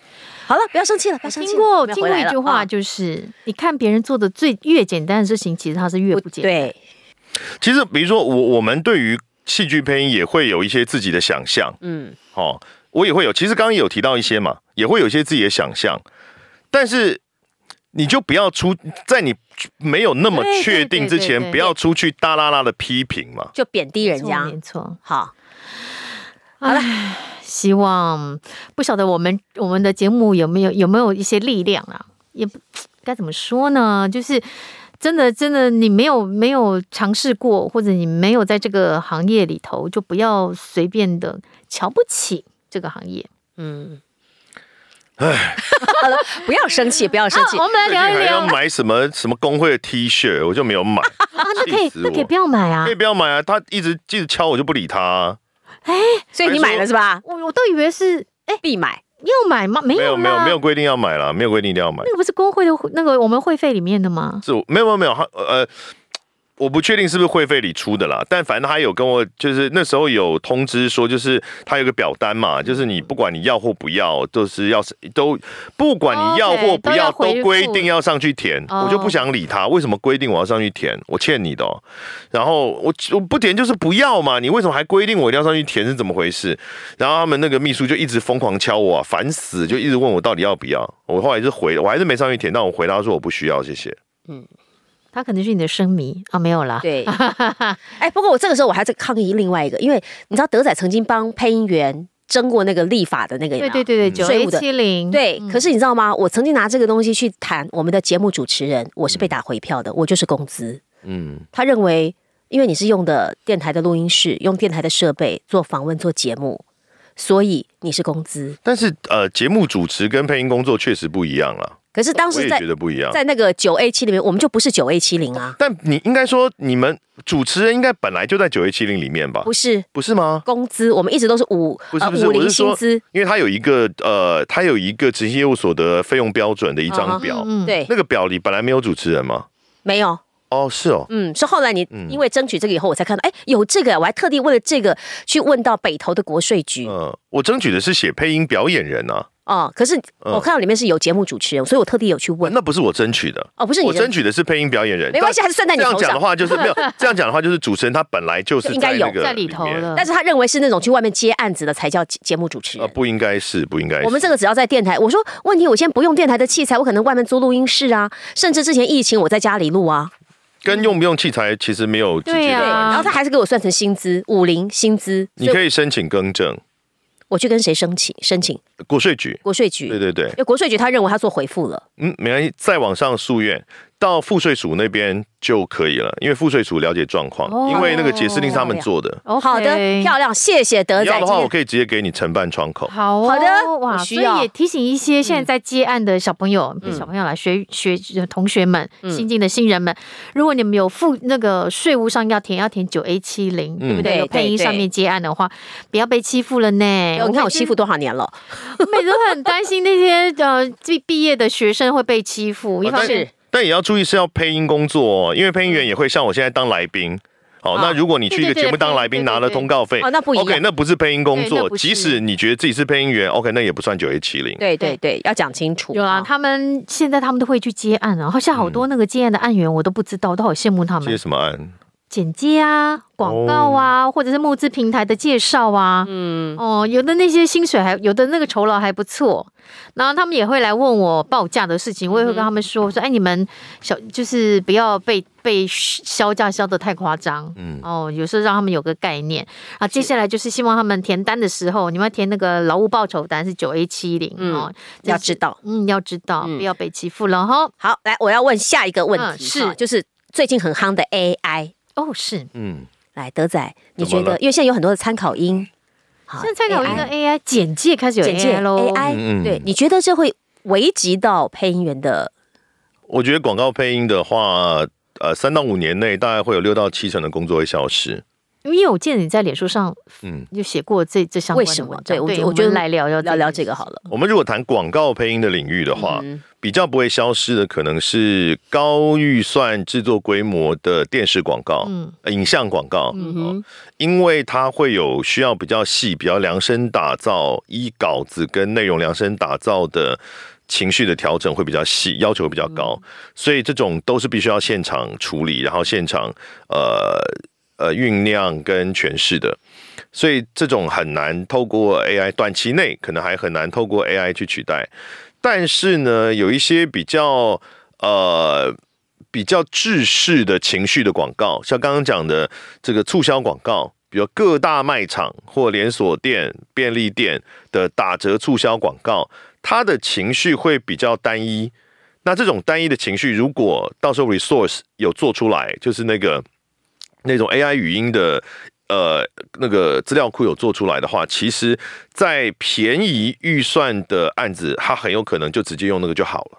S2: 好了，不要生气了，不要生气
S4: 听
S2: 了。
S4: 过
S2: 我们
S4: 听
S2: 要回
S4: 过
S2: 来
S4: 一
S2: 了
S4: 句话，
S2: 啊
S4: 就是、你看别人做的最越简单的事情，其实它是越不简单。
S2: 对，
S3: 其实，比如说我我们对于戏剧配音也会有一些自己的想象，
S2: 嗯，
S3: 哦，我也会有。其实刚刚有提到一些嘛，也会有一些自己的想象，但是你就不要出在你没有那么
S4: 对对
S3: 确定之
S4: 对对
S3: 前，
S4: 对
S3: 不要出去大啦啦的批评嘛。
S2: 就贬低人家
S4: 没错。没错，
S2: 好，
S4: 希望不晓得我们我们的节目有没有有没有一些力量啊？也不该怎么说呢？就是真的真的，你没有没有尝试过，或者你没有在这个行业里头，就不要随便的瞧不起这个行业。
S2: 嗯，好了，不要生气，不要生
S4: 啊，
S2: 气。
S4: 我们来
S3: 最近
S4: 聊一
S3: 还要
S4: 聊，
S3: 买什么什么工会的 T 恤， 我就没有买，
S4: 那可
S3: 气
S4: 以
S3: 死
S4: 那可以
S3: 我
S4: 不要买啊
S3: 可以，不要买啊！他一直一直敲我就不理他啊、
S2: 所以你买了是吧？
S4: 我我都以为是
S2: 必买。
S4: 要买吗？没
S3: 没有没有
S4: 啦，
S3: 没有规定要买了，没有规定一定要买
S4: 那，个不是工会的那个我们会费里面的吗？
S3: 是我没有没有没有，他呃，我不确定是不是会费里出的啦，但反正他有跟我就是那时候有通知说，就是他有个表单嘛，就是
S4: 嗯
S3: 你不管你要或不要，都是要都不管你要或不要，
S4: 哦对都要回复
S3: 都规定要上去填，
S4: 哦
S3: 我就不想理他，为什么规定我要上去填？我欠你的、哦，然后我我不填就是不要嘛，你为什么还规定我一定要上去填是怎么回事？然后他们那个秘书就一直疯狂敲我、啊，烦死，就一直问我到底要不要。我后来是回，我还是没上去填，但我回答说我不需要，谢谢。
S4: 他可能是你的生迷啊，没有啦。
S2: 对，哎，不过我这个时候我还在抗议另外一个，因为你知道德仔曾经帮配音员争过那个立法的那个有没
S4: 对嗯
S2: 有
S4: 对对对，九
S2: 税
S4: A
S2: 务的
S4: 七零，
S3: 嗯
S2: 对，可是你知道吗？我曾经拿这个东西去谈我们的节目主持人，我是被打回票的，我就是工资。
S3: 嗯。
S2: 他认为，因为你是用的电台的录音室，用电台的设备做访问、做节目，所以你是工资。
S3: 但是呃，节目主持跟配音工作确实不一样了，
S2: 可是当
S3: 我
S2: 时
S3: 也
S2: 在
S3: 觉得不一样。
S2: 在那个九 A 七里面，我们就不是九 A 七零啊，
S3: 但你应该说，你们主持人应该本来就在九一七零里面吧？
S2: 不是
S3: 不是吗？
S2: 工资，我们一直都是五
S3: 啊
S2: 呃
S3: 不是不是
S2: 五
S3: 我
S2: 零
S3: 是说
S2: 薪资，
S3: 因为他有一个呃，他有一个执行业务所得费用标准的一张表，
S4: 嗯，嗯，
S2: 对，
S3: 那个表里本来没有主持人吗？
S2: 没有。
S3: 哦，是哦，
S2: 嗯，是后来你
S3: 嗯
S2: 因为争取这个以后，我才看到，哎，有这个，我还特地为了这个去问到北投的国税局。
S3: 嗯、我争取的是写配音表演人啊，
S2: 哦，可是
S3: 嗯
S2: 我看到里面是有节目主持人，所以我特地有去问。
S3: 那不是我争取的，
S2: 哦，不是你
S3: 我
S2: 的
S3: 争取的是配音表演人，
S2: 没关系，还是算在
S3: 但
S2: 你
S3: 这样
S2: 头
S3: 讲的
S2: 上。
S3: 话就是没有，这样讲的话就是主持人他本来就是
S2: 就 应该有
S3: 那个
S4: 在里头
S3: 面
S4: 了。
S2: 嗯但是他认为是那种去外面接案子的才叫节节目主持
S3: 呃，
S2: 人。
S3: 不应该是，不应该是。
S2: 我们这个只要在电台，我说问题，我先不用电台的器材，我可能外面租录音室啊，甚至之前疫情我在家里录啊，
S3: 跟用不用器材其实没有直接
S4: 对
S3: 的
S4: 啊
S3: 关
S2: 然后
S3: 系。
S2: 他还是给我算成薪资五零薪资，
S3: 你
S2: 所
S3: 可以申请更正
S2: 我去跟谁申请？申请
S3: 国税局。
S2: 国税局，
S3: 对
S2: 因
S3: 对对，
S2: 为国税局他认为他做回复了，
S3: 嗯，没关系，再往上诉愿到赋税署那边就可以了，因为赋税署了解状况，
S4: 哦
S3: 因为那个解释令是他们做的。
S4: 嗯 OK
S2: 好的，漂亮，谢谢德
S3: 你
S2: 仔
S3: 要的
S2: 今
S3: 话，
S2: 天
S3: 我可以直接给你承办窗口。
S4: 好哦
S2: 好的
S4: 哇，
S2: 我需
S4: 所以
S2: 要
S4: 也提醒一些现在在接案的小朋友、
S2: 嗯
S4: 小朋友来学学同学们、新进的新人们，如果你们有付那个税务上要填要填九 A 七零，对不
S2: 嗯对
S4: 对？有配音
S2: 对对
S4: 上面接案的话，不要被欺负了呢。
S2: 我看我
S4: 最
S2: 欺负，多少年了，
S4: 我每次都很担心那些呃毕毕业的学生会被欺负，一
S3: 啊
S4: 方面
S2: 是
S3: 但也要注意是要配音工作哦，因为配音员也会像我现在当来宾。好，
S2: 啊
S3: 那如果你去一个节目当来宾，
S4: 对对对对
S3: 拿了通告费
S2: 哦，那不一样
S3: ，OK，那不是配音工
S4: 对那
S3: 作
S4: 不。是
S3: 即使你觉得自己是配音员，OK，那也不算九 A 七零。
S2: 对对对，要讲清楚。
S4: 有啊，他们现在他们都会去接案啊，好像好
S2: 嗯
S4: 多那个接案的案源我都不知道，我都好羡慕他
S3: 接
S4: 们。
S3: 什么案？
S4: 剪接啊，广告啊，或者是募资平台的介绍啊，嗯，哦，有的那些薪水还有的那个酬劳还不错，然后他们也会来问我报价的事情，我也会跟他们说，我说哎，你们小就是不要被被销价销得太夸张，嗯，哦，有时候让他们有个概念啊。接下来就是希望他们填单的时候，你们要填那个劳务报酬单是九 A 七零哦，这
S2: 要
S4: 样
S2: 知
S4: 子
S2: 道。
S4: 嗯，要知道
S2: 嗯
S4: 不要被欺负了哈。
S2: 好，来，我要问下一个问
S4: 嗯
S2: 题，
S4: 是
S2: 哈就是最近很夯的 AI。
S4: 哦，是，
S3: 嗯，
S2: 来，德仔，你
S3: 怎么
S2: 觉得？
S3: 了
S2: 因为现在有很多的参考音，好
S4: 现在参考一个
S2: AI
S4: AI 简介开始有
S2: 简介
S4: AI 喽
S2: AI，
S3: 嗯嗯
S2: 对，你觉得这会危及到配音员的？
S3: 我觉得广告配音的话，呃，三到五年内大概会有六到七成的工作会消
S4: 嗯
S3: 失。
S4: 因为我见你在脸书上
S3: 嗯，
S4: 有写过这这相关
S2: 为什
S4: 的
S2: 么
S4: 文
S2: 对
S4: 章，
S2: 我觉得
S4: 我
S2: 我觉得
S4: 们来聊聊
S2: 聊聊这个好
S4: 了。
S2: 了。
S3: 我们如果谈广告配音的领域的话，
S4: 嗯
S3: 比较不会消失的可能是高预算制作规模的电视广告、
S4: 嗯
S3: 呃影像广告，
S4: 嗯
S3: 哦因为它会有需要比较细、比较量身打造，依稿子跟内容量身打造的。情绪的调整会比较细，要求比较高，所以这种都是必须要现场处理，然后现场呃呃酝酿跟诠释的。所以这种很难透过 AI，短期内可能还很难透过 AI 去取代。但是呢，有一些比较呃比较制式的情绪的广告，像刚刚讲的这个促销广告，比如各大卖场或连锁店、便利店的打折促销广告，它的情绪会比较单一。那这种单一的情绪，如果到时候 resource 有做出来，就是那个那种 AI 语音的呃那个资料库有做出来的话，其实，在便宜预算的案子，它很有可能就直接用那个就好了。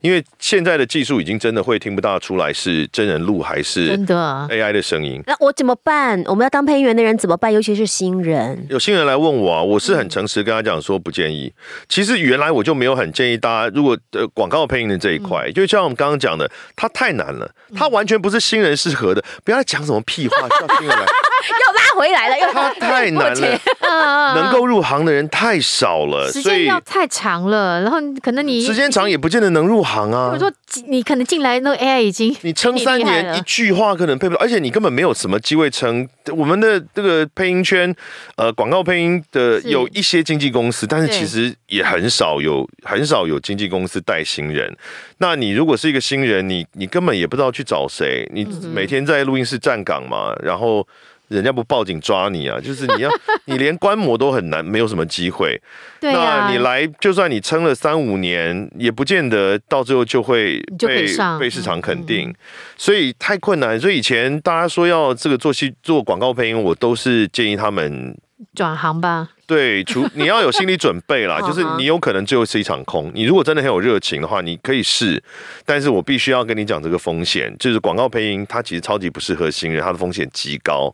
S3: 因为现在的技术已经真的会听不大出来是真人录还是
S4: 真的
S3: AI 的声音。
S2: 那我怎么办？我们要当配音员的人怎么办？尤其是新人，
S3: 有新人来问我啊，我是很
S4: 嗯
S3: 诚实跟他讲说不建议。其实原来我就没有很建议大家，如果呃广告配音的这一
S4: 嗯
S3: 块，就像我们刚刚讲的，它太难了，它完全不是新人适合的。不要再讲什么屁话，叫新人 来，
S2: 又拉回来了， 又
S3: 它太难了， 能够入行的人太少了，
S4: 啊时
S3: 所
S4: 间
S3: 以
S4: 要太长了，然后可能你
S3: 时间长也不见得能入行啊
S4: 我。说几你可能进来那个 AI 已经
S3: 你撑
S4: 比
S3: 三
S4: 厉害
S3: 年，
S4: 了
S3: 一句话可能配不到，而且你根本没有什么机会撑。我们的这个配音圈，呃，广告配音的
S4: 是
S3: 有一些经纪公司，但是
S4: 对
S3: 其实也很少有很少有经纪公司带新人。那你如果是一个新人，你你根本也不知道去找谁，你
S4: 嗯
S3: 每天在录音室站岗嘛，然后。人家不报警抓你啊，就是你要， 你连观摩都很难，没有什么机会。
S4: 对啊呀、
S3: 那你来，就算你撑了三五年，也不见得到最后就会
S4: 你就可以
S3: 被
S4: 上嗯
S3: 被市场肯定，所以太困难。所以以前大家说要这个做戏做广告配音，我都是建议他们。
S4: 转行吧，
S3: 对，除你要有心理准备 啦，
S2: 嗯
S3: 就是你有可能最后是一场空。你如果真的很有热情的话，你可以试，但是我必须要跟你讲这个风险，就是广告配音它其实超级不适合新人，它的风险极高。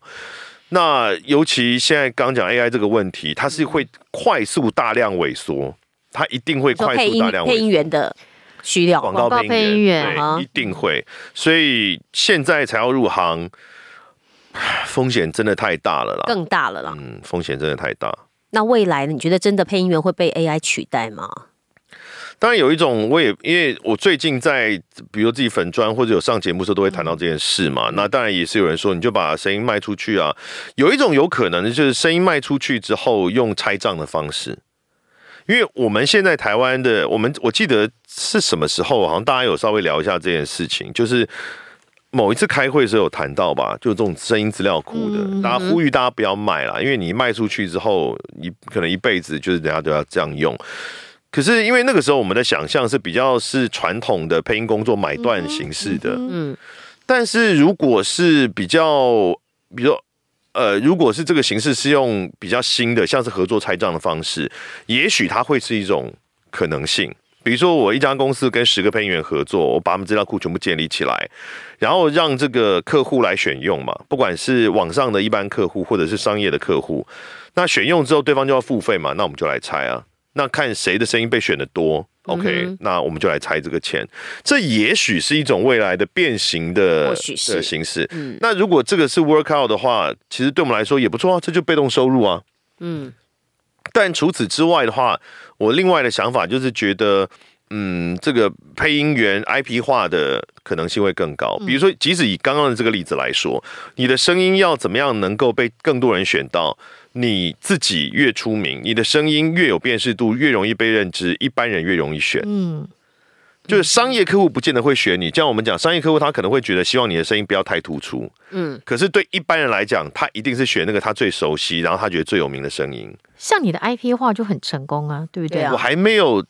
S3: 那尤其现在刚讲 AI 这个问题，它是会快速大量萎缩，它一定会
S2: 说
S3: 快
S2: 配
S3: 速
S2: 音
S3: 大量萎
S2: 配
S3: 缩
S2: 音。员的需要
S3: 广
S4: 告
S3: 告
S4: 配
S3: 配
S4: 音
S3: 音
S4: 员
S3: 员，
S2: 啊
S3: 对，一定会。所以现在才要入行，唉风险真的太大了啦。
S2: 更大了啦。
S3: 嗯，风险真的太大。
S2: 那未来呢？你觉得真的配音员会被 AI 取代吗？
S3: 当然有一种，我也因为我最近在，比如自己粉砖或者有上节目的时候，都会谈到这件事嘛。那当然也是有人说，你就把声音卖出去啊。有一种有可能就是声音卖出去之后，用拆账的方式。因为我们现在台湾的，我们我记得是什么时候，好像大家有稍微聊一下这件事情，就是某一次开会的时候有谈到吧，就这种声音资料库的，大家呼吁大家不要卖啦，因为你卖出去之后，你可能一辈子就是人家都要这样用。可是因为那个时候我们的想象是比较是传统的配音工作买断形式的，
S2: 嗯，
S3: 但是如果是比较，比如说呃，如果是这个形式是用比较新的，像是合作拆账的方式，也许它会是一种可能性。比如说，我一家公司跟十个配音员合作，我把他们资料库全部建立起来，然后让这个客户来选用嘛，不管是网上的一般客户或者是商业的客户，那选用之后对方就要付费嘛，那我们就来拆啊，那看谁的声音被选的多，OK，、那
S2: 嗯
S3: 我们就来拆这个钱。这也许是一种未来的变形的
S2: 或许是嗯
S3: 的形式。那如果这个是 work out 的话，其实对我们来说也不错啊，这就被动收入啊。
S2: 嗯，
S3: 但除此之外的话，我另外的想法就是觉得，嗯，这个配音员 IP 化的可能性会更高。比如说，即使以刚刚的这个例子来说，你的声音要怎么样能够被更多人选到？你自己越出名，你的声音越有辨识度，越容易被认知，一般人越容易选。
S4: 嗯，
S3: 就是商业客户不见得会选你，像我们讲商业客户，他可能会觉得希望你的声音不要太突出，嗯，可是对一般人来讲，他一定是选那个他最熟悉，然后他觉得最有名的声音。
S4: 像你的 IP 化就很成功啊，对不
S2: 对
S4: 对？
S2: 啊
S3: 我还没有，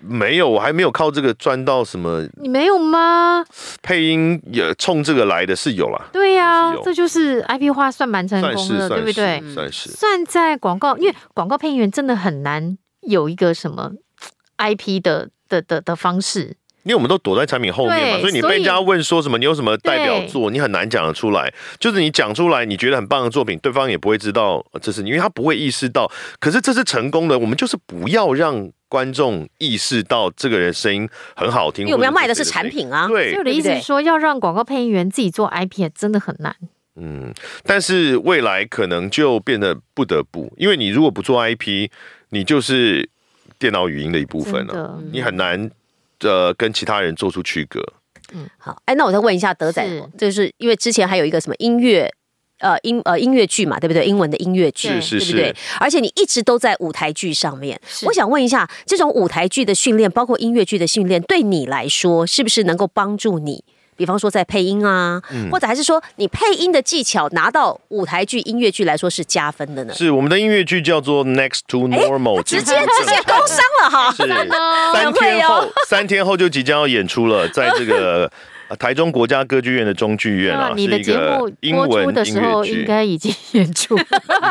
S3: 没有，我还没有靠这个赚到什么
S4: 你没有吗？
S3: 配音，也冲这个来的是有啦，
S4: 对呀、
S3: 是有
S4: 这就是 IP 化算蛮成
S3: 算
S4: 功
S3: 是
S4: 的，对
S3: 算
S4: 不
S3: 是
S4: 对？
S3: 算是。
S4: 算在广告，因为广告配音员真的很难有一个什么 IP 的的的的方式，
S3: 因为我们都躲在产品后面嘛，
S4: 对
S3: 所以你
S4: 所以
S3: 被人家问说什么，你有什么代表作，你很难讲得出来。就是你讲出来，你觉得很棒的作品，对方也不会知道呃这是你，因为他不会意识到。可是这是成功的，我们就是不要让观众意识到这个人声音很好听，
S2: 因为我们要卖的是
S3: 或者谁
S2: 产。品啊。
S4: 所以
S3: 对
S4: 我，的意思
S2: 对不
S4: 是
S2: 对
S4: 说，要让广告配音员自己做 IP 也真的很难。
S3: 嗯，但是未来可能就变得不得不，因为你如果不做 IP，你就是电脑语音的一部分
S4: 真
S3: 了、
S4: 的，嗯
S3: 你很难呃跟其他人做出区隔。
S2: 好，哎，那我再问一下德仔哦
S4: 是，
S2: 就是因为之前还有一个什么音乐。呃，音呃音乐剧嘛，对不对？英文的音乐剧，
S3: 是
S4: 是
S2: 对不对
S3: 是？
S2: 而且你一直都在舞台剧上面，
S4: 是
S2: 我想问一下，这种舞台剧的训练，包括音乐剧的训练，对你来说是不是能够帮助你？比方说在配音啊，
S3: 嗯
S2: 或者还是说你配音的技巧拿到舞台剧、音乐剧来说是加分的呢？
S3: 是我们的音乐剧叫做《Next to Normal》，
S2: 直接直接工伤了哈！哦
S3: 是三天后，三天后就即将要演出了，在这个啊台中国家歌剧院的中剧院啊，是
S4: 你的
S3: 一
S4: 节
S3: 个
S4: 目
S3: 英
S4: 播出
S3: 文
S4: 的
S3: 音
S4: 时候
S3: 乐
S4: 应
S3: 剧。
S4: 该已经 演出
S3: 你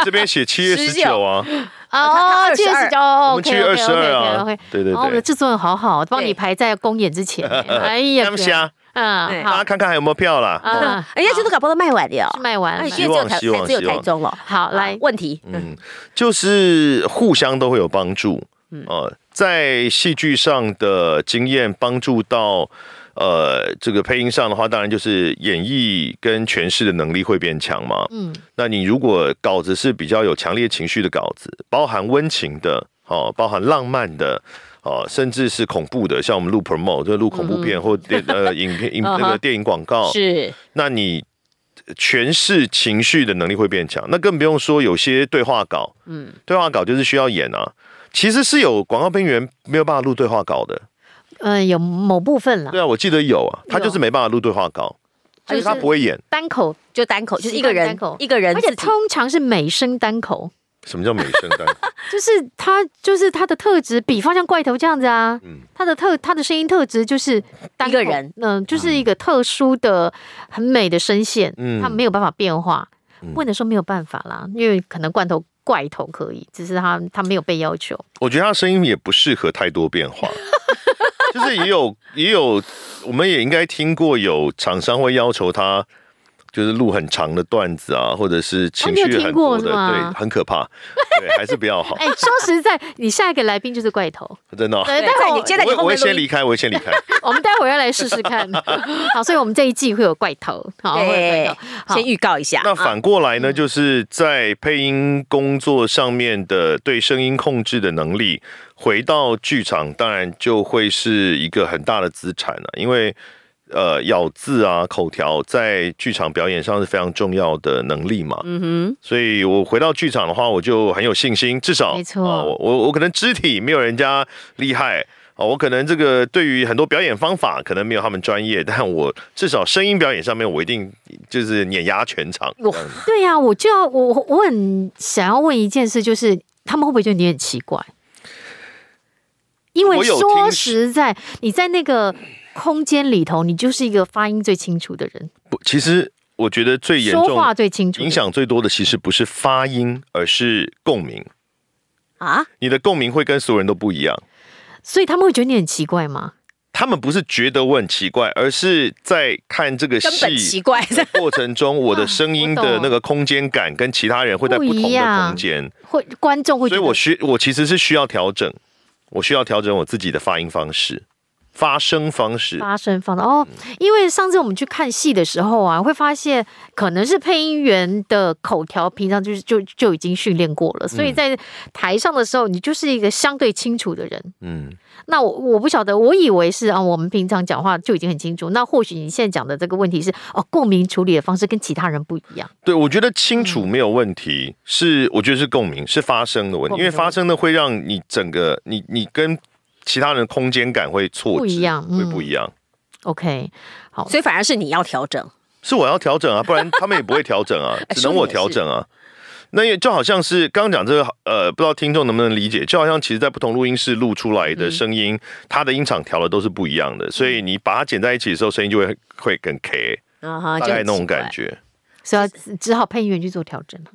S3: 这边写七月十九啊，
S2: 哦他他
S4: 这个
S2: 22
S4: 是哦，
S3: 我们七月二十二啊
S4: OK，OK，OK，OK，OK，
S3: 对对
S4: 哦，我们
S3: 对，
S4: 的制作人好好，帮
S2: 对
S4: 你排在公演之前 欸。哎呀，
S3: 他们瞎，
S2: 对
S4: 嗯，
S3: 大
S4: 好
S3: 家，看看还有没有票啦。哦
S4: 嗯，
S2: 人家觉得搞不到卖完了。
S4: 卖完
S2: 哎，
S4: 了
S2: 因为只有台，
S3: 啊希望希望
S2: 只有
S3: 希望
S2: 台中了。
S4: 好来
S2: 问题，
S3: 嗯，就是互相都会有帮助。呃，在戏剧上的经验帮助到呃这个配音上的话，当然就是演绎跟诠释的能力会变强嘛。
S4: 嗯，
S3: 那你如果稿子是比较有强烈情绪的稿子，包含温情的，哦，包含浪漫的。哦，甚至是恐怖的，像我们录 promo 就是录恐怖片或电、呃影片、影那
S2: 嗯
S3: 个
S2: 哼
S3: 电影广告，
S2: 是
S3: 那你诠释情绪的能力会变强。那更不用说有些对话稿，嗯，对话稿就是需要演啊。其实是有广告编员没有办法录对话稿的，
S4: 嗯，有某部分了
S3: 对，啊，我记得有啊，他就是没办法录对话稿，
S4: 就
S3: 他
S4: 是
S3: 不会演。
S4: 单口，
S2: 就单口，就是一个
S4: 习惯单
S2: 人
S4: 口
S2: 一个人
S4: 而
S2: 自己，
S4: 且通常是美声单口，
S3: 什么叫美声单？
S4: 就是他就是他的特质，比方像怪头这样子啊，
S3: 嗯
S4: 他的特他的声音特质就是单
S2: 一
S4: 口
S2: 个人，
S4: 嗯，就是一个特殊的很美的声线，
S3: 嗯
S4: 他没有办法变化，
S3: 嗯
S4: 不能说没有办法啦，因为可能罐头怪头可以，只是他他没有被要求，
S3: 我觉得他声音也不适合太多变化， 就是也有也有，我们也应该听过有厂商会要求他。就是录很长的段子啊，或者是情
S4: 哦
S3: 绪
S4: 你有听
S3: 很多
S4: 过
S3: 的，
S4: 是吗
S3: 对，很可怕，对，还是不要好，
S4: 哎，说实在，你下一个来宾就是怪头，
S3: 真的哦、
S4: 对，
S2: 对
S4: 待
S2: 在
S4: 会
S2: 你
S4: 儿
S2: 接待
S3: 我会
S2: 后
S3: 我会
S2: 面录
S3: 先
S2: 音
S3: 离开，我会先离开。
S4: 我们待会儿要来试试 看，好，所以我们这一季会有怪头，好，会有怪
S2: 对
S4: 头，，好
S2: 先预告一下。
S3: 那反过来呢，就是在配音工作上面的对声音控制的能力，回到剧场当然就会是一个很大的资产了、因为呃咬字啊、口条在剧场表演上是非常重要的能力嘛。
S2: 嗯
S3: 所以我回到剧场的话，我就很有信心，至少
S4: 没错
S3: 啊我我我可能肢体没有人家厉害。哦，我可能这个对于很多表演方法可能没有他们专业，但我至少声音表演上面我一定就是碾压全场。
S2: 哇
S3: 这样子
S4: 对呀、我就要我我很想要问一件事，就是他们会不会觉得你很奇怪？因为
S3: 我有
S4: 说
S3: 听
S4: 实在，你在那个空间里头，你就是一个发音最清楚的人，
S3: 不，其实我觉得最严
S4: 说话
S3: 重、
S4: 最清楚的人，
S3: 影响最多的其实不是发音，而是共鸣。
S2: 哼，啊，
S3: 你的共鸣会跟所有人都不一样。
S4: 所以他们会觉得你很奇怪吗？
S3: 他们不是觉得我很奇怪，而是在看这个
S2: 根本奇
S3: 戏
S2: 怪，
S3: 的过程中，我的声音
S4: 我懂
S3: 的
S4: 了
S3: 那个空间感跟其他人会在不
S4: 不
S3: 同
S4: 一
S3: 的
S4: 样
S3: 空间。
S4: 会观众会觉
S3: 所以
S4: 得
S3: 我需我其实是需要调整，我需要调整我自己的发音方式、发声方式。
S4: 发声放的哦，
S3: 嗯
S4: 因为上次我们去看戏的时候啊，会发现可能是配音员的口条平常就是就就已经训练过了，
S3: 嗯
S4: 所以在台上的时候，你就是一个相对清楚的人。
S3: 嗯，
S4: 那我我不晓得，我以为是啊，我们平常讲话就已经很清楚。那或许你现在讲的这个问题是哦，共鸣处理的方式跟其他人不一样。
S3: 对，我觉得清楚没有问题，是我觉得是共鸣，是发声的问
S4: 嗯共
S3: 题，因
S4: 鸣
S3: 为发声的会让你整个你你跟其他人的空间感会错置
S4: 不一样嗯
S3: 会不一样。
S4: OK，
S2: 所以反而是你要调整。
S3: 是我要调整啊，不然他们也不会调整 啊，
S2: 哎
S3: 只能我调整啊。那也就好像是刚刚讲这个，呃，不知道听众能不能理解，就好像其实，在不同录音室录出来
S2: 嗯
S3: 的声音，它的音场调的都是不一样的，所以你把它剪在一起的时候，声音就会会更 K，
S2: 啊哈
S3: 大概那种感。觉。
S4: 所以要只只好配音员去做调整了。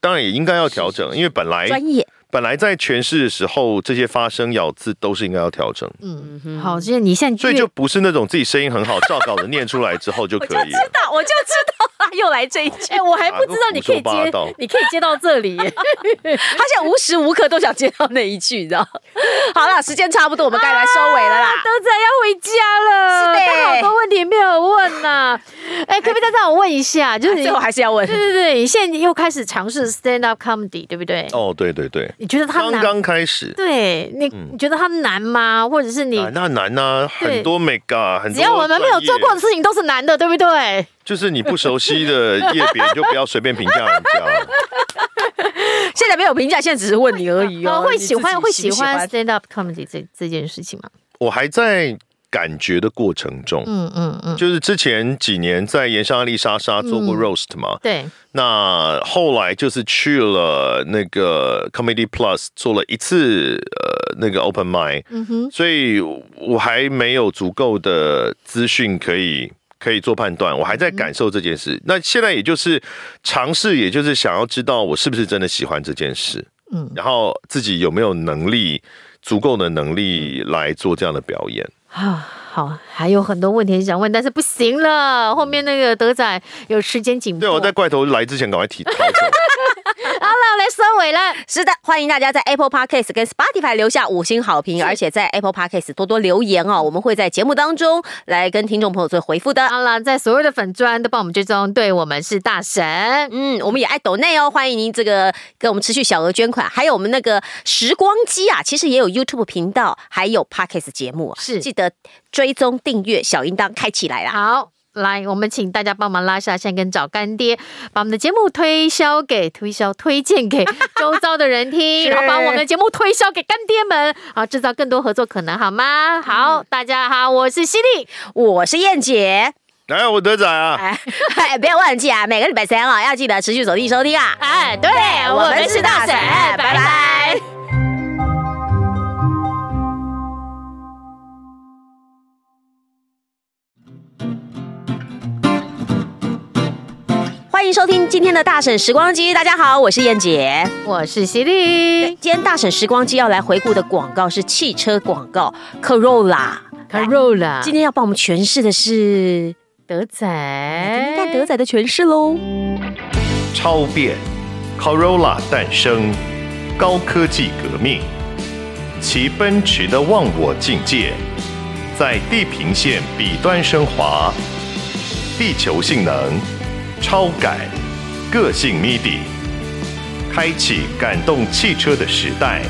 S3: 当然也应该要调整，因为本来
S2: 专业，
S3: 本来在诠释的时候，这些发声、咬字都是应该要调整，
S4: 嗯，好，就是你现在
S3: 所以
S4: 越
S3: 就不是那种自己声音 很好，照稿子念出来之后就
S2: 我
S3: 可
S2: 就知
S3: 以啊了。
S2: 道，我就知道 他又来这一句，
S4: 哎、我还不知道你可以
S3: 胡说八
S4: 接
S3: 道，
S4: 你可以接到这里耶。
S2: 他现在无时无刻都想接到那一句，你知道？ 好啦，时间差不多，我们该来收尾了啦。
S4: 德仔要回家了，
S2: 是的
S4: 他好多问题没有问呐、哎、可不可以再让我问一下？就是你，
S2: 最后还是要问
S4: 对，对对，你现在又开始尝试 stand up comedy，对不对？
S3: 哦，对对对，
S4: 你觉得它
S3: 刚
S4: 难？
S3: 刚开始，
S4: 对你，你觉得它难吗？或者是你，
S3: 啊，那难呐、
S4: 对
S3: 很多 mega，很多
S4: 只要我们没有做过
S3: 专
S4: 的
S3: 业，
S4: 事情都是难的，对不对？
S3: 就是你不熟悉的业别，你就不要随便评价人 家。
S2: 现在没有评价，现在只是问你而已
S4: 啊
S2: 哦。
S4: 会
S2: 你自己
S4: 喜欢会
S2: 喜
S4: 喜
S2: 不
S4: 欢 stand up comedy 这这件事情吗？
S3: 我还在感觉的过程中，
S4: 嗯嗯嗯，
S3: 就是之前几年在盐沙丽莎莎做过
S4: 嗯
S3: roast 嘛，
S4: 对，
S3: 那后来就是去了那个 Comedy Plus 做了一次呃那个 open mic，
S4: 嗯哼，
S3: 所以我还没有足够的资讯可以可以做判断，我还在感受这件事。那现在也就是尝试，也就是想要知道我是不是真的喜欢这件事，
S4: 嗯，
S3: 然后自己有没有能力，足够的能力来做这样的表演。
S4: 啊，好，还有很多问题想问，但是不行了，后面那个德仔有时间紧迫。
S3: 对，我在怪头来之前赶快提逃走。
S4: 好了，我来收尾了。
S2: 是的，欢迎大家在 Apple Podcast 跟 Spotify 留下五星好评，而且在 Apple Podcast 多多留言哦，我们会在节目当中来跟听众朋友做回复的。
S4: 好了，在所有的粉砖都帮我们追踪，对我们是大神。
S2: 嗯，我们也爱抖内哦，欢迎您这个给我们持续小额捐款，还有我们那个时光机啊，其实也有 YouTube 频道，还有 Podcast 节目，啊
S4: 是
S2: 记得追踪订阅小铃铛开起来啦。
S4: 好，来，我们请大家帮忙拉下线跟找干爹，把我们的节目推销给推销推荐给周遭的人 听，
S2: 是
S4: 然后把我们的节目推销给干爹们，好，制造更多合作可能，好吗？好，大家好，我是犀利，
S2: 我是燕姐，
S3: 来，我德仔啊，
S2: 哎，哎不要忘记啊，每个礼拜三啊，要记得持续锁定收听啊。
S4: 哎，对，
S2: 我们是大神拜拜欢迎收听今天的大婶时光机，大家好，我是燕姐。
S4: 我是犀利
S2: 今天大婶时光机要来回顾的广告是汽车广告，Corolla。
S4: 啊，Carola，
S2: 今天要帮我们诠释的是，
S4: 德仔，
S2: 听
S4: 应
S2: 看德仔的诠释喽。
S3: 超变，Corolla 诞生，高科技革命，其奔驰的忘我境界，在地平线彼端升华，地球性能，超感，个性 MIDI，开启感动汽车的时代。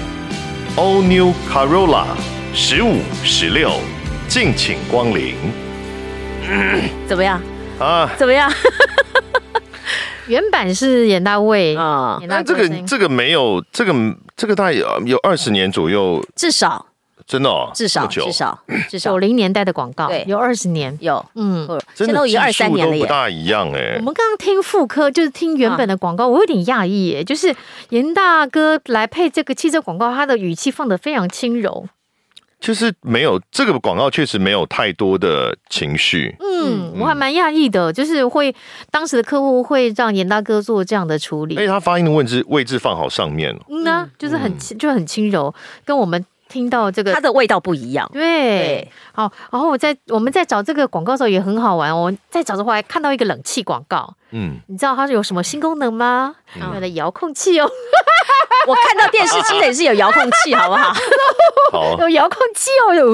S3: All New Corolla 十五、十六，敬请光临
S2: 怎么样？
S3: 啊！
S2: 怎么样？
S4: 原版是演大卫，
S2: 啊、
S4: 演
S3: 那
S4: 大卫
S3: 哎这
S4: 的声
S3: 个
S4: 音
S3: 这个没有，这个这个大概有有二十年左右，
S2: 至少
S3: 真的哦，
S2: 至
S3: 这
S2: 少
S3: 么久
S2: 至 少至少
S4: 九零年代的广告
S2: 对，
S4: 有二十年，
S2: 有，
S4: 嗯。
S2: 现
S3: 真的
S2: 在都已经二
S3: 技术
S2: 三年了
S3: 都不
S2: 耶。
S3: 大一样哎
S4: 我。们刚刚听副科，就是听原本的广告，我有点讶异耶，就是严大哥来配这个汽车广告，他的语气放得非常轻柔，
S3: 就是没有这个广告，确实没有太多的情绪。
S4: 嗯，我还蛮讶异的，就是会当时的客户会让严大哥做这样的处理
S3: 而，且哎它发音的位置位置放好上面哦，
S4: 哎嗯啊，就是很轻就很轻柔，跟我们听到这个
S2: 它的味道不一 样。
S4: 对，好，然后我在我们在找这个广告的时候也很好玩哦，我在找的话还看到一个冷气广告，
S3: 嗯，
S4: 你知道它有什么新功能吗？它的遥控器哦，，
S2: 我看到电视机的也是有遥控器，好不 好？
S3: 好
S4: 有遥控器哦，有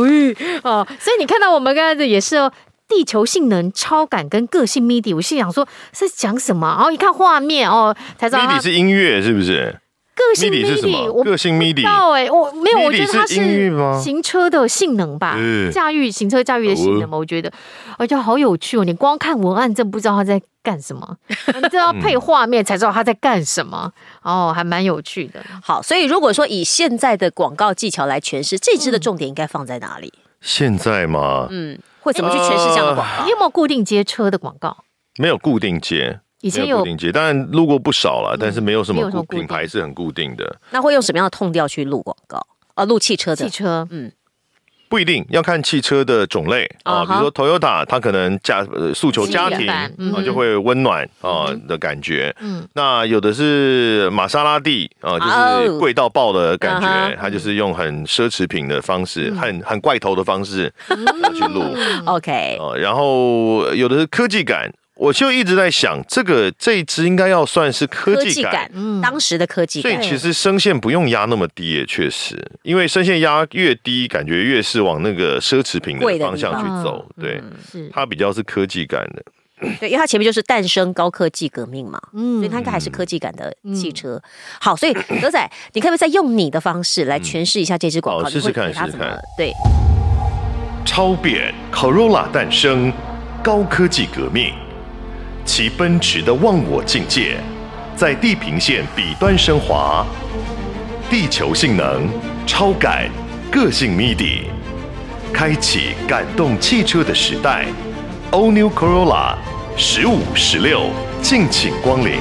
S4: 哦，所以你看到我们刚才的也是哦。地球性能、超感跟个性 MIDI，我心想说是讲什么，然后一看画面哦，才知道
S3: MIDI
S4: 它
S3: 是音乐是不是
S4: 个性
S3: ？MIDI 是什
S4: MIDI，
S3: 么？
S4: 我不
S3: 个性
S4: 知
S3: MIDI
S4: 道哎，我没有，我
S3: MIDI
S4: 觉得它
S3: 是音域吗
S4: 是行车的性能吧
S3: 嗯，哦
S4: 驾驭行车驾驭的性能嘛，我觉得，而且好有趣哦，你光看文案真不知道他在干 什么，你知道配画面才知道他在干什么，哦，还蛮有趣的。
S3: 啊
S2: 好，所以如果说以现在的广告技巧来诠释这支的重点应该放在哪里？
S3: 现在嘛，
S2: 嗯，会怎么去诠释这样的广告？
S3: 呃
S4: 你有没有固定接车的广告？
S3: 没有固定接，
S4: 以前
S3: 没有固
S4: 有
S3: 定接，当然录过不少
S2: 嗯
S3: 了，但是没有什
S4: 没
S3: 么
S4: 有什么
S3: 固
S4: 固定
S3: 品牌是很固定的，
S2: 那会用什么样的痛调去录广告？啊，录汽车
S4: 汽
S2: 的。
S4: 车，
S3: 不一定要看汽车的种类啊，
S2: 啊
S3: 比如
S2: 哈
S3: 说 Toyota，它可能家呃诉求家
S4: 基
S3: 庭
S4: 本
S3: 啊
S4: 版嗯
S3: 就会温暖啊的感觉。
S4: 嗯
S3: 那有的是玛莎拉蒂啊，就是
S2: 哦
S3: 贵到爆的感
S2: 啊
S3: 觉
S2: 哈，
S3: 它就是用很奢侈品的方式，很很怪头的方式要去录
S4: 嗯
S2: OK，
S3: 啊。然后有的是科技感，我就一直在想，这个这一支应该要算是科技感。
S4: 嗯
S2: 当时的科技
S3: 所以
S2: 感，
S3: 其实声线不用压那么低，也确实，因为声线压越低，感觉越是往那个奢侈品
S2: 贵
S3: 的
S2: 的
S3: 方向
S4: 地
S3: 去
S4: 方嗯
S3: 走。对，
S4: 是，
S3: 它比较是科技感的。
S2: 对，因为它前面就是诞生高科技革命嘛，
S4: 嗯
S2: 所以它应该还是科技感的
S3: 嗯
S2: 汽车。好， 所以德仔，你可不可以再用你的方式来诠释一下这支广告？
S3: 嗯好
S2: 你会
S3: 试试看
S2: 给它
S3: 试试
S2: 怎么
S3: 看
S2: 对，
S3: 超扁 Corolla 诞生，高科技革命，其奔驰的忘我境界，在地平线彼端升华，地球性能，超感，个性 MIDI，开启感动汽车的时代。All New Corolla 十五十六，敬请光临。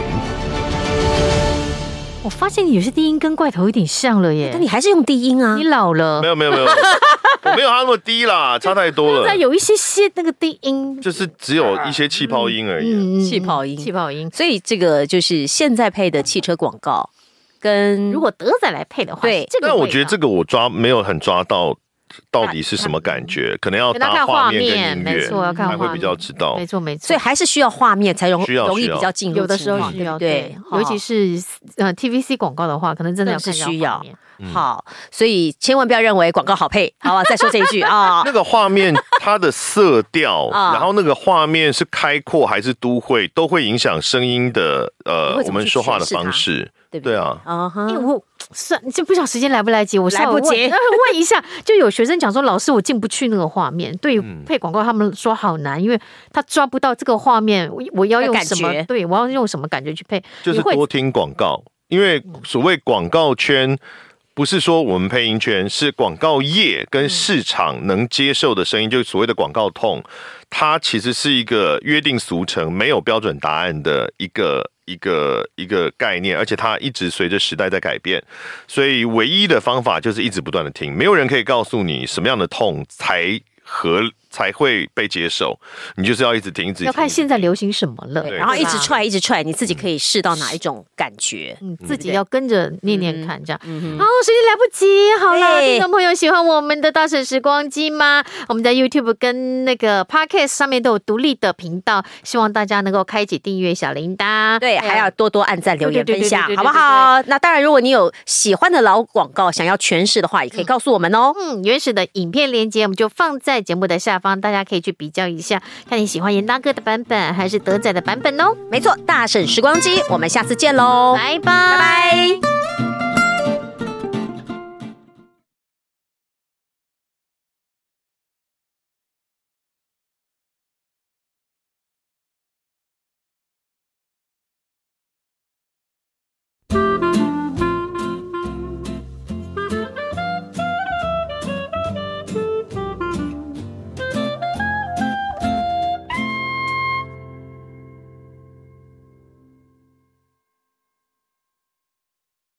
S4: 我发现你有些低音跟怪头有点像了耶
S2: 但，你还是用低音啊
S4: 你。老了
S3: 没。有没有没有，我没有他那么低啦，差太多
S4: 再
S3: 了。
S4: 有一些些那个低音，
S3: 就是只有一些气泡音而已。
S4: 嗯
S2: 气泡音
S4: 气泡音。嗯
S2: 所以这个就是现在配的汽车广告，跟
S4: 如果德仔来配的话，
S2: 对
S4: 是这个
S3: 但
S4: 味道，
S3: 我觉得这个我抓没有很抓到，到底是什么感觉？可能要
S4: 可能要
S3: 搭
S4: 看
S3: 画
S4: 画
S3: 面
S4: 面，
S3: 跟音
S4: 没
S3: 乐
S4: 错，要看
S3: 才
S4: 画
S3: 会
S4: 面，
S3: 比较知道
S4: 没。错没错。
S2: 所以还是需要画面才容
S3: 需要
S2: 容易
S3: 需要
S2: 比较进入
S4: 有的时候
S2: 情
S4: 需
S2: 况
S4: 要
S2: 对
S4: 对，，尤其
S2: 是。
S4: 是呃 TVC 广告的话，可能真的要看
S2: 那是需要
S4: 画面
S3: 嗯
S2: 好，所以千万不要认为广告好配，好吧？再说这 一句啊，
S3: 那个画 面，它的色调，
S4: 嗯
S2: 啊
S3: 然后那个画面是开阔还是都会，都会影响声音的呃
S2: 你会怎么
S3: 我们
S2: 去
S3: 说话的
S2: 诠释它
S3: 方式。
S2: 对不
S3: 对啊，
S2: 啊哈
S4: 哎、我算就不知道时间来不来得及，我稍微
S2: 来不及
S4: 问 问一下，就有学生讲说，老师我进不去那个画面，对于
S3: 嗯
S4: 配广告他们说好难，因为他抓不到这个画面，我我要用
S2: 感
S4: 什么
S2: 觉？
S4: 对，我要用什么感觉去配？
S3: 就是
S4: 你会
S3: 多听广告，因为所谓广告圈，不是说我们配音圈，是广告业跟市场能接受的声音，就是所谓的广告痛，它其实是一个约定俗成、没有标准答案的一个。一个一个概念，而且它一直随着时代在改变，所以唯一的方法就是一直不断的听，没有人可以告诉你什么样的痛才合才会被接受，你就是要一直听，一直听
S4: 要看现在流行什么了，
S3: 对嗯
S2: 然后一直
S4: 吧，
S2: 踹，一直踹，你自己可以试到哪一种感觉？
S4: 嗯，自己
S2: 对
S4: 要跟着念念看，这样。
S2: 嗯哼
S4: 好，时间来不及，好了，
S2: 对
S4: 听众朋友喜欢我们的大婶时光机吗？我们在 YouTube 跟那个 Podcast 上面都有独立的频道，希望大家能够开启订阅小铃 铛，啊
S2: 对，还要多多按赞、留言、
S4: 对对对
S2: 分
S4: 对
S2: 享
S4: 对，对
S2: 好不好？那当然，如果你有喜欢的老广告想要诠释的话，也可以告诉我们哦。
S4: 嗯，原始的影片链接我们就放在节目的下方，大家可以去比较一下，看你喜欢严大哥的版本还是德仔的版本哦。
S2: 没错，大婶时光机，我们下次见喽，
S4: 拜拜，
S2: 哦拜拜。